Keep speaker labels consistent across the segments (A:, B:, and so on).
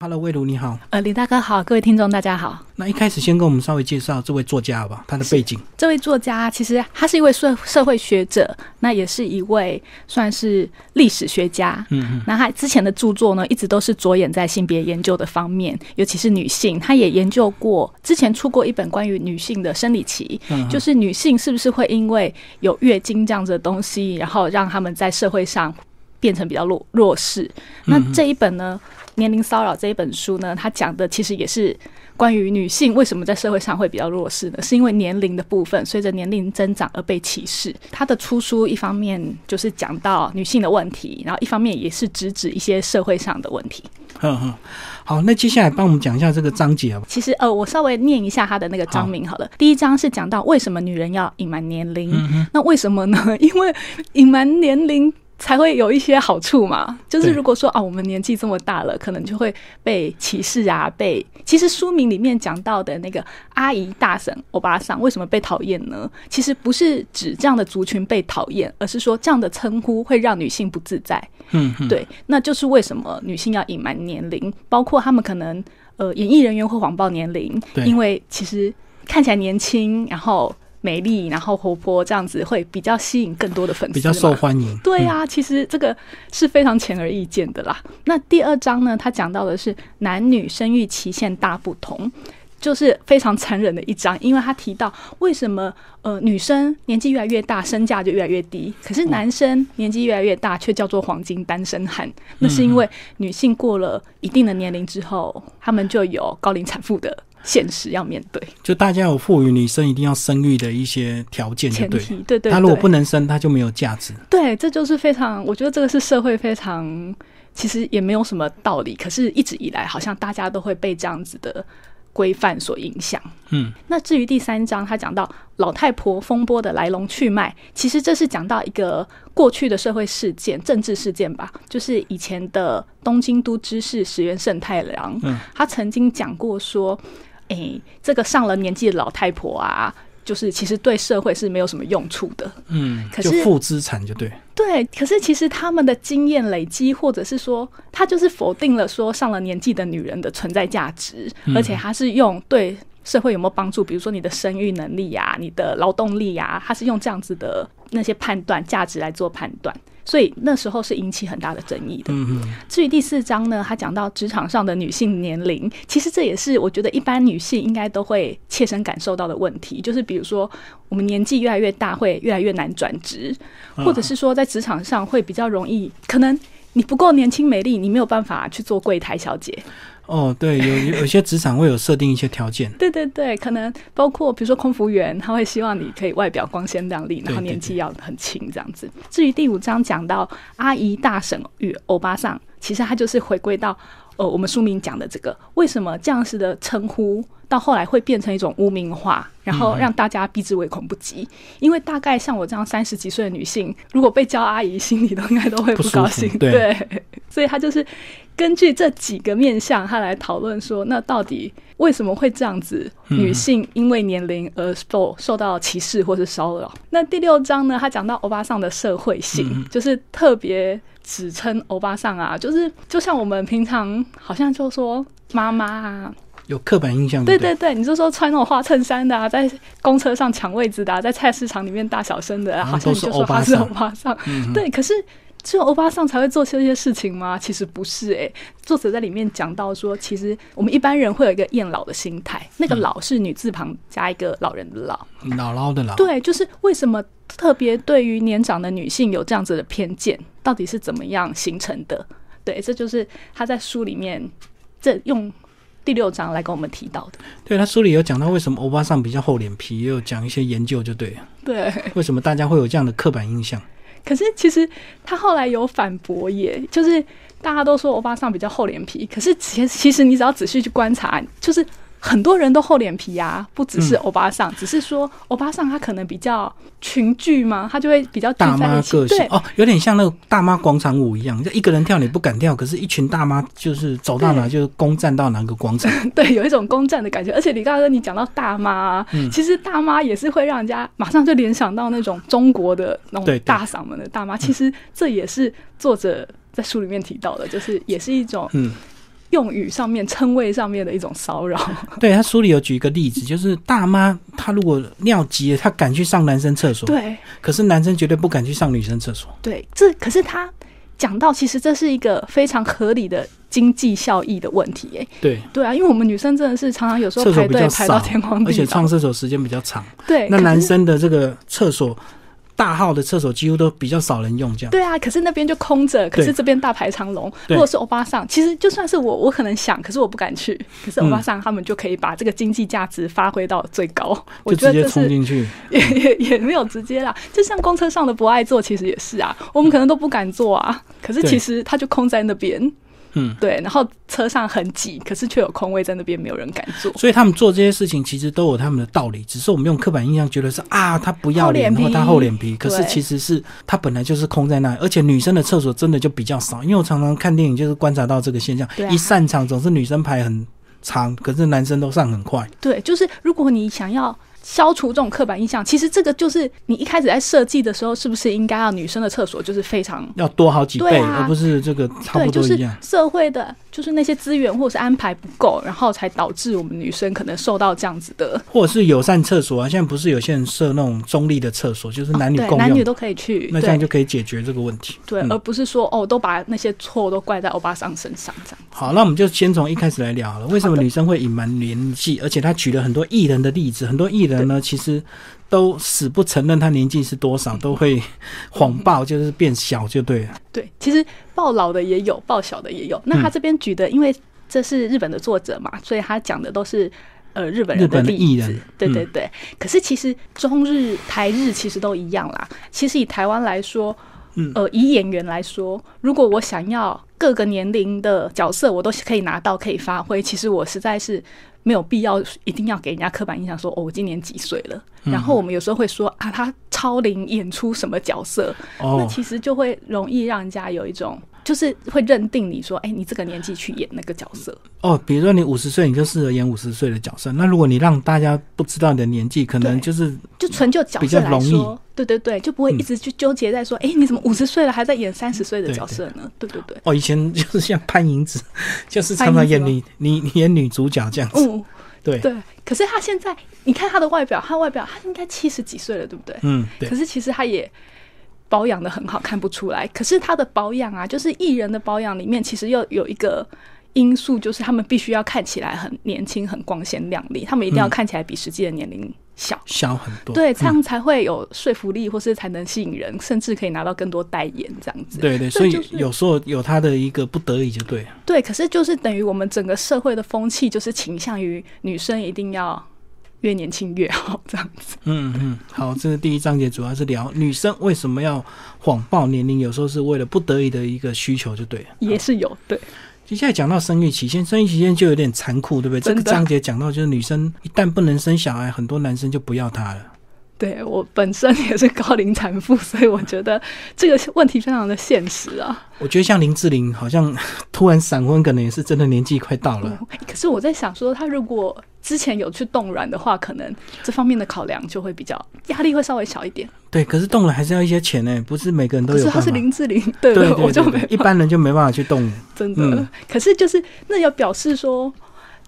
A: Hello，魏如你好。
B: 呃，李大哥好，各位听众大家好。
A: 那一开始先跟我们稍微介绍这位作家吧，他的背景。
B: 这位作家其实他是一位社社会学者，那也是一位算是历史学家。
A: 嗯嗯，
B: 那他之前的著作呢，一直都是着眼在性别研究的方面，尤其是女性。他也研究过，之前出过一本关于女性的生理期，
A: 嗯
B: 就是女性是不是会因为有月经这样子的东西，然后让她们在社会上变成比较弱弱势。那这一本呢，《年龄骚扰》这一本书呢，它讲的其实也是关于女性为什么在社会上会比较弱势呢？是因为年龄的部分，随着年龄增长而被歧视。它的出书一方面就是讲到女性的问题，然后一方面也是直指一些社会上的问题。
A: 呵呵。嗯好，那接下来帮我们讲一下这个章节好不好
B: 其实呃，我稍微念一下他的那个章名好了。第一章是讲到为什么女人要隐瞒年
A: 嗯
B: 龄，那为什么呢？ 因为隐瞒年龄。才会有一些好处嘛，就是
A: 对
B: 如果说啊，我们年纪这么大了，可能就会被歧视啊，被其实书名里面讲到的那个阿姨、大婶、欧巴桑为什么被讨厌呢？其实不是指这样的族群被讨厌，而是说这样的称呼会让女性不自在。
A: 嗯嗯，
B: 对，那就是为什么女性要隐瞒年龄，包括她们可能呃，演艺人员会谎报年龄
A: 对，
B: 因为其实看起来年轻，然后美丽，然后活泼，这样子会比较吸引更多的粉丝，
A: 比较受。欢迎。
B: 对啊，其实这个是非常显而易见的啦。那第二章呢，他讲到的是男女生育期限大不同，就是非常残忍的一章，因为他提到为什么呃女生年纪越来越大，身价就越来越低，可是男生年纪越来越大却叫做黄金单身汉，那是因
A: 嗯
B: 为女性过了一定的年龄之后，她们就有高龄产妇的现实要面对
A: 嗯，就大家有赋予女生一定要生育的一些条件，就
B: 前
A: 对
B: 提
A: 了。，
B: 对对对，
A: 她如果不能生，她就没有价值。
B: 对，这就是非常，我觉得这个是社会非常，其实也没有什么道理，可是一直以来好像大家都会被这样子的规范所影响。
A: 嗯，
B: 那至于第三章，他讲到老太婆风波的来龙去脉，其实这是讲到一个过去的社会事件、政治事件吧，就是以前的东京都知事石原慎太郎，
A: 嗯
B: 他曾经讲过说，诶、这个上了年纪的老太婆啊，就是其实对社会是没有什么用处的。
A: 嗯，
B: 可
A: 就是负资产就对。
B: 对，可是其实他们的经验累积，或者是说，他就是否定了说上了年纪的女人的存在价值，而且他是用对社会有没有帮助，比如说你的生育能力呀、你的劳动力呀、他是用这样子的那些判断价值来做判断，所以那时候是引起很大的争议的。
A: 嗯嗯，
B: 至于第四章呢，他讲到职场上的女性年龄，其实这也是我觉得一般女性应该都会切身感受到的问题，就是比如说我们年纪越来越大，会越来越难转职，
A: 嗯
B: 或者是说在职场上会比较容易，可能你不够年轻美丽，你没有办法去做柜台小姐。
A: 哦，对，有有有些职场会有设定一些条件。
B: 对对对，可能包括比如说空服员，他会希望你可以外表光鲜亮丽，然后
A: 对对
B: 年
A: 对
B: 纪要很轻这样子。至于第五章讲到阿姨、大婶与欧巴桑，其实它就是回归到呃我们书名讲的这个，为什么这样式的称呼到后来会变成一种污名化，然后让大家避之唯恐不
A: 嗯
B: 及。因为大概像我这样三十几岁的女性，如果被叫阿姨，心里都应该都会
A: 不舒
B: 高
A: 服
B: 兴。
A: 嗯对
B: 对，所以他就是根据这几个面向，他来讨论说，那到底为什么会这样子？女性因为年龄而受受到歧视或是骚扰。那第六章呢，他讲到欧巴桑的社会性，就是特别指称欧巴桑啊，就是就像我们平常好像就说妈妈啊，
A: 有刻板印象就
B: 对
A: 对
B: 对对，你就说穿那种花衬衫的啊，在公车上抢位置的啊，在菜市场里面大小声的啊，
A: 好像
B: 好像
A: 嗯都
B: 你
A: 是
B: 就说他是
A: 欧
B: 欧
A: 巴嗯
B: 巴桑。对，可是只有欧巴桑才会做这些事情吗？其实不是诶、作者在里面讲到说，其实我们一般人会有一个厌老的心态，那
A: 嗯
B: 个老是女字旁加一个老人的老。
A: 对，姥姥的姥。
B: 对，就是为什么特别对于年长的女性有这样子的偏见，到底是怎么样形成的？对，这就是他在书里面这用第六章来跟我们提到的。
A: 对他书里有讲到为什么欧巴桑比较厚脸皮，也有讲一些研究，就对了。
B: 对，
A: 为什么大家会有这样的刻板印象？
B: 可是其实他后来有反驳耶，就是大家都说欧巴桑比较厚脸皮，可是其其实你只要仔细去观察，就是很多人都厚脸皮啊，不只是欧巴
A: 嗯
B: 桑，只是说欧巴桑他可能比较群聚嘛，他就会比较聚
A: 大
B: 在
A: 妈
B: 一
A: 个
B: 起。
A: 性
B: 对，
A: 哦，有点像那个大妈广场舞一样，就一个人跳你不敢跳，可是一群大妈就是走到
B: 嗯
A: 哪就攻占到哪个广 场。
B: 对，有一种攻占的感觉。而且李大哥，你讲到大妈啊、
A: 嗯
B: 其实大妈也是会让人家马上就联想到那种中国的那
A: 对
B: 种
A: 对
B: 大嗓门的大妈。其实这也是作者在书里面提到的，就是也是一种
A: 嗯，
B: 用语上面、称谓上面的一种骚扰。
A: 对他书里有举一个例子，就是大妈她如果尿急了，她敢去上男生厕所，
B: 对
A: 可是男生绝对不敢去上女生厕所。
B: 对，这可是他讲到，其实这是一个非常合理的经济效益的问题耶。
A: 对，
B: 对啊，因为我们女生真的是常常有时候
A: 厕所
B: 排
A: 比较
B: 队排
A: 少
B: 到天荒，
A: 而且
B: 地老
A: 上。厕所时间比较长。
B: 对，
A: 那
B: 可
A: 男
B: 是
A: 生的这个厕所大号的厕所几乎都比较少人用，这样。
B: 对啊，可是那边就空着，可是
A: 对
B: 这边大排长龙。
A: 对
B: 如果是欧巴桑，其实就算是我，我可能想，可是我不敢去。可
A: 嗯
B: 是欧巴桑他们就可以把这个经济价值发挥到最高，我
A: 就
B: 觉
A: 直
B: 得
A: 接
B: 这
A: 冲
B: 是
A: 进去，
B: 也也也没有直接啦。就像公车上的不爱坐，其实也是啊，我们可能都不敢坐啊。可是
A: 对
B: 其实它就空在那边，
A: 嗯，
B: 对，然后车上很挤，可是却有空位在那边，没有人敢坐。
A: 所以他们做这些事情其实都有他们的道理，只是我们用刻板印象觉得是啊，他不要脸，
B: 厚脸皮
A: 然后他厚脸皮，可是
B: 对
A: 其实是他本来就是空在那里，而且女生的厕所真的就比较少，因为我常常看电影就是观察到这个现象，
B: 对啊
A: 一散场总是女生排很长，可是男生都上很快，
B: 对，就是如果你想要消除这种刻板印象，其实这个就是你一开始在设计的时候，是不是应该要女生的厕所就是非常
A: 要多好几倍，
B: 对啊
A: 而不是这个差
B: 对，
A: 不
B: 就
A: 多
B: 是
A: 一样。
B: 社会的，就是那些资源或者是安排不够，然后才导致我们女生可能受到这样子的。
A: 或者是友善厕所啊，现在不是有些人设那种中立的厕所，就是男女
B: 哦对，
A: 共
B: 男女
A: 用，
B: 都可以去，
A: 那这
B: 对
A: 样就可以解决这个问题。
B: 对，
A: 嗯
B: 而不是说哦，都把那些错都怪在欧巴桑身上这样。
A: 好，那我们就先从一开始来聊好了。为什么女生会隐瞒年纪？而且她举了很多艺人的例子，很多艺人呢，其实都死不承认她年纪是多少，都会谎报，就是变小就对了。
B: 对，其实报老的也有，报小的也有。那他
A: 嗯
B: 这边举的，因为这是日本的作者嘛，所以他讲的都是呃日本
A: 日
B: 人
A: 本的艺
B: 例子。
A: 人，
B: 对对
A: 嗯
B: 对，可是其实中日台日其实都一样啦。其实以台湾来说，
A: 嗯
B: 呃，以演员来说，如果我想要各个年龄的角色我都是可以拿到可以发挥，其实我实在是没有必要一定要给人家刻板印象说哦，我今年几岁了。
A: 嗯
B: 然后我们有时候会说啊，他超龄演出什么角色，那
A: 哦，
B: 其实就会容易让人家有一种就是会认定你说，哎，你这个年纪去演那个角色。
A: 哦，比如说你五十岁，你就适合演五十岁的角色。那如果你让大家不知道你的年纪，可能
B: 对
A: 就是
B: 就纯就角
A: 比
B: 色
A: 较
B: 来
A: 容易
B: 说，对对对，就不会
A: 嗯
B: 一直去纠结在说，哎、你怎么五十岁了还在演三十岁的
A: 对
B: 角色呢？对对对，
A: 哦，以前就是像潘迎紫， 就是
B: 潘
A: 常常
B: 迎紫
A: 演
B: 吗
A: 你你你演女主角这样子。
B: 嗯，
A: 对，
B: 对。可是他现在，你看他的外表，他外表他应该七十几岁了，对不对？
A: 嗯，对
B: 可。是其实他也保养的很好，看不出来。可是他的保养啊，就是艺人的保养里面，其实又有一个因素，就是他们必须要看起来很年轻、很光鲜亮丽，他们一定
A: 嗯
B: 要看起来比实际的年龄小。
A: 小很多，
B: 对，这
A: 嗯
B: 样才会有说服力，或是才能吸引人，甚至可以拿到更多代言这样子。
A: 对对，
B: 这
A: 所以
B: 就是
A: 有时候有他的一个不得已就对了。
B: 对，可是就是等于我们整个社会的风气就是倾向于女生一定要越年轻越好这样子。
A: 嗯嗯，好，这是第一章节，主要是聊女生为什么要谎报年龄，有时候是为了不得已的一个需求，就对了。
B: 也是有对，
A: 接下来讲到生育期限，生育期限就有点残酷，对不对？这
B: 真
A: 个
B: 的
A: 章节讲到就是女生一旦不能生小孩，很多男生就不要她了。
B: 对我本身也是高龄产妇，所以我觉得这个问题非常的现实啊。
A: 我觉得像林志玲，好像突然闪婚，可能也是真的年纪快到了。
B: 嗯可是我在想说，她如果之前有去冻卵的话，可能这方面的考量就会比较压力会稍微小一点。
A: 对，可是动了还是要一些钱呢、不是每个人都
B: 可
A: 有
B: 是
A: 办法。
B: 她是林志玲，对
A: 对对
B: 我就
A: 对
B: 没
A: 对一般人就没办法去动。
B: 真的。
A: 嗯
B: 可是就是那要表示说，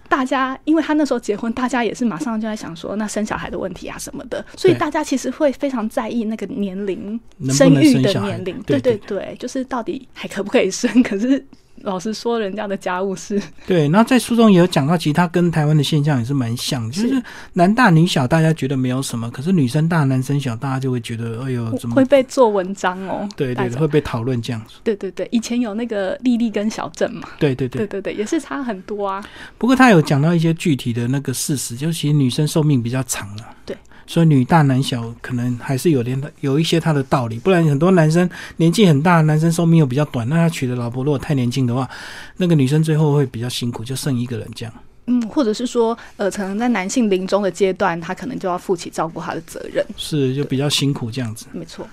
B: 大家因为他那时候结婚，大家也是马上就在想说那生小孩的问题啊什么的，所以
A: 对
B: 大家其实会非常在意那个年龄
A: 嗯能不能
B: 育
A: 生
B: 的
A: 小孩
B: 年龄，
A: 对
B: 对
A: 对
B: 对，就是到底还可不可以生？可是老实说，人家的家务事，
A: 对，然后在书中也有讲到，其实它跟台湾的现象也是蛮像的，就是
B: 是
A: 男大女小，大家觉得没有什么，可是女生大男生小，大家就会觉得，哎呦，怎么
B: 会？被做文章哦。
A: 对
B: 大
A: 对，
B: 家
A: 会被讨论这样子。
B: 对对对，以前有那个丽丽跟小郑嘛，
A: 对对
B: 对
A: 对。
B: 对对，也是差很多啊。
A: 不过他有讲到一些具体的那个事实，就是其实女生寿命比较长了、
B: 对。
A: 所以女大男小可能还是有点有一些他的道理，不然很多男生年纪很大，男生寿命又比较短，那他娶的老婆如果太年轻的话，那个女生最后会比较辛苦，就剩一个人这样。
B: 嗯，或者是说，呃，可能在男性临终的阶段，他可能就要负起照顾他的责任，
A: 是就比较辛苦这样子。
B: 没错。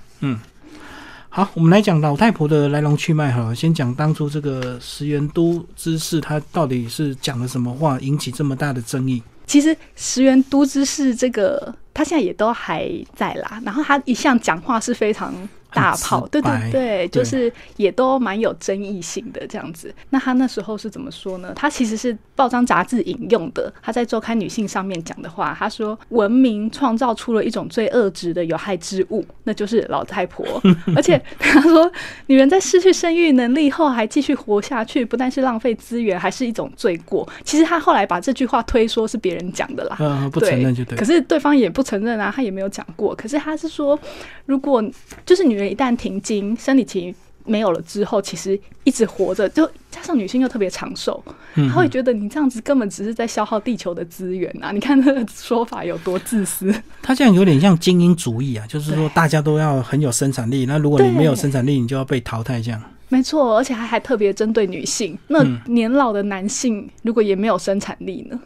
A: 好，我们来讲老太婆的来龙去脉好了。先讲当初这个石原都知事，她到底是讲了什么话，引起这么大的争议？
B: 其实石原都知事这个，他现在也都还在啦。然后他一向讲话是非常大炮，
A: 很
B: 对对
A: 直白对
B: 对，就是也都蛮有争议性的这样子。那他那时候是怎么说呢？他其实是报章杂志引用的，他在周刊女性上面讲的话，他说：“文明创造出了一种最恶质的有害之物，那就是老太婆。 而且他说，女人在失去生育能力后还继续活下去，不但是浪费资源，还是一种罪过。”其实他后来把这句话推说是别人讲的啦，
A: 呃，不承认就对
B: 可。是对方也不承认啊，他也没有讲过。可是他是说，如果就是女人一旦停经，生理期没有了之后，其实一直活着，就加上女性又特别长寿，
A: 嗯
B: 她会觉得你这样子根本只是在消耗地球的资源啊！你看这个说法有多自私。
A: 他这样有点像精英主义啊，就是说
B: 对
A: 大家都要很有生产力，那如果你
B: 对
A: 没有生产力，你就要被淘汰这样。
B: 没错，而且还还特别针对女性。那
A: 嗯
B: 年老的男性如果也没有生产力呢？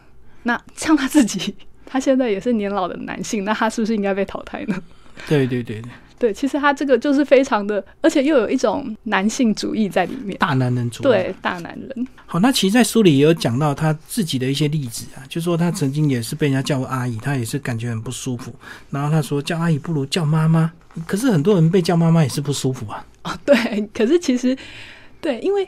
B: 那像他自己， 他现在也是年老的男性，那他是不是应该被淘汰呢？
A: 对对对对，
B: 对，其实他这个就是非常的，而且又有一种男性主义在里面。
A: 大男人主义。
B: 对，大男人，
A: 好，那其实，在书里也有讲到他自己的一些例子啊，就说他曾经也是被人家叫过阿姨，他也是感觉很不舒服。然后他说叫阿姨不如叫妈妈，可是很多人被叫妈妈也是不舒服啊。
B: 对。可是其实，对，因为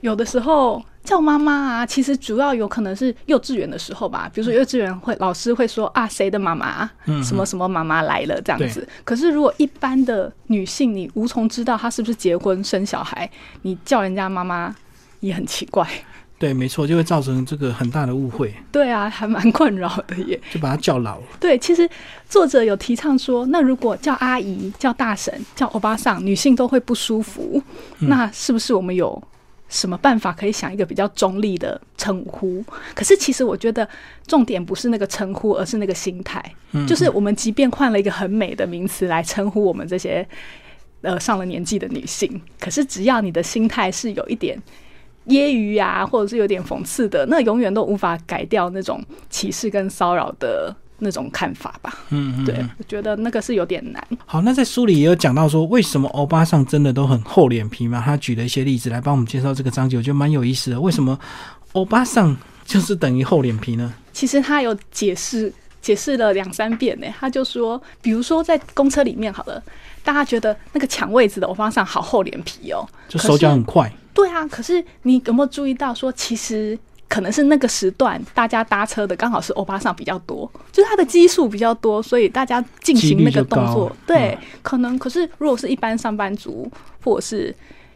B: 有的时候叫妈妈啊，其实主要有可能是幼稚园的时候吧。比如说幼稚园会老师会说啊，谁的妈妈啊，
A: 嗯
B: 什么什么妈妈来了这样子。可是如果一般的女性，你无从知道她是不是结婚生小孩，你叫人家妈妈也很奇怪。
A: 对，没错，就会造成这个很大的误会，
B: 对啊，还蛮困扰的耶。
A: 就把他叫老了。
B: 对，其实作者有提倡说，那如果叫阿姨、叫大婶、叫欧巴桑，女性都会不舒服，
A: 嗯
B: 那是不是我们有什么办法可以想一个比较中立的称呼？可是其实我觉得重点不是那个称呼，而是那个心态，
A: 嗯
B: 就是我们即便换了一个很美的名词来称呼我们这些呃上了年纪的女性，可是只要你的心态是有一点。揶揄啊，或者是有点讽刺的，那永远都无法改掉那种歧视跟骚扰的那种看法吧。
A: 嗯嗯，
B: 对，我觉得那个是有点难。
A: 好，那在书里也有讲到说，为什么欧巴桑真的都很厚脸皮嘛？他举了一些例子来帮我们介绍这个章节，我觉得蛮有意思的。为什么欧巴桑就是等于厚脸皮呢？
B: 其实他有解释，解释了两三遍呢。他就说，比如说在公车里面好了，大家觉得那个抢位子的欧巴桑好厚脸皮哦。
A: 就手脚很快，
B: 对啊，可是你有没有注意到说，其实可能是那个时段大家搭车的刚好是欧巴桑比较多，就是他的基数比较多，所以大家进行那个动
A: 几率就
B: 作
A: 高，嗯
B: 对，可能可是如果是一般上班族或者是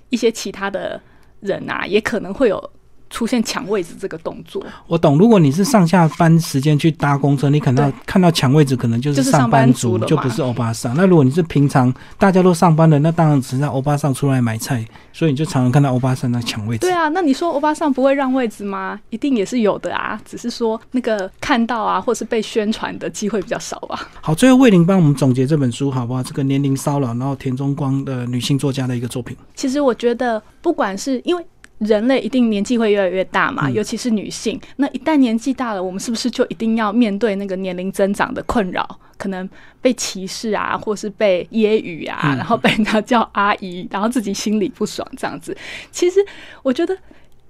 B: 一些其他的人啊，也可能会有。出现抢位置这个动作，
A: 我懂。如果你是上下班时间去搭公车，你可能看到抢位置，可能就
B: 就是是上
A: 班
B: 班
A: 族，
B: 族了
A: 就
B: 嘛
A: 不是欧巴桑。那如果你是平常大家都上班的，那当然只是让欧巴桑出来买菜，所以你就常常看到欧巴桑在抢位置。
B: 对啊，那你说欧巴桑不会让位置吗？一定也是有的啊，只是说那个看到啊，或是被宣传的机会比较少吧。
A: 好，最后魏玲帮我们总结这本书好不好？这个年龄骚扰，然后田中光的女性作家的一个作品。
B: 其实我觉得，不管是因为人类一定年纪会越来越大嘛，
A: 嗯
B: 尤其是女性，那一旦年纪大了，我们是不是就一定要面对那个年龄增长的困扰？可能被歧视啊，或是被揶揄啊，
A: 嗯
B: 然后被人家叫阿姨，然后自己心里不爽这样子。其实我觉得。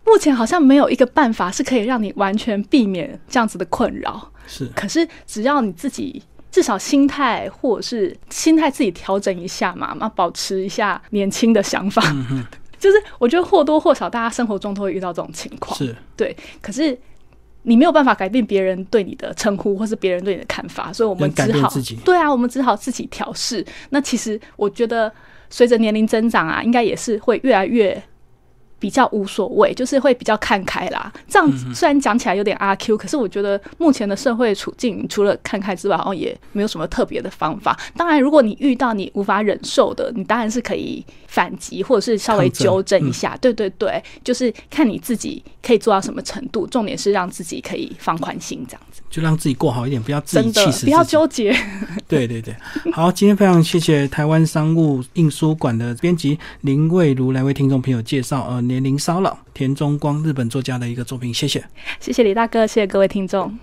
B: 目前好像没有一个办法是可以让你完全避免这样子的困扰，
A: 是，
B: 可是只要你自己至少心态或者是心态自己调整一下嘛，嘛保持一下年轻的想法，
A: 嗯哼，
B: 就是我觉得或多或少大家生活中都会遇到这种情况。
A: 是。
B: 对，可是你没有办法改变别人对你的称呼或是别人对你的看法，所以我们
A: 能改
B: 只
A: 变
B: 好
A: 自己
B: 对啊，我们只好自己调试。那其实我觉得随着年龄增长啊，应该也是会越来越。比较无所谓，就是会比较看开啦。
A: 嗯
B: 这样子虽然讲起来有点阿 Q，、可是我觉得目前的社会处境，除了看开之外，好像也没有什么特别的方法。当然，如果你遇到你无法忍受的，你当然是可以反击，或者是稍微
A: 抗争
B: 纠正
A: 嗯
B: 一下。下，对对对，就是看你自己可以做到什么程度，重点是让自己可以放宽心，这样子，
A: 就让自己过好一点，不要自己
B: 真
A: 气
B: 的
A: 死自
B: 不要
A: 己
B: 纠结。
A: 对对对，好， 今天非常谢谢台湾商务印书馆的编辑林蔚如来为听众朋友介绍呃年龄骚扰田中光日本作家的一个作品，谢谢。
B: 谢谢李大哥，谢谢各位听众。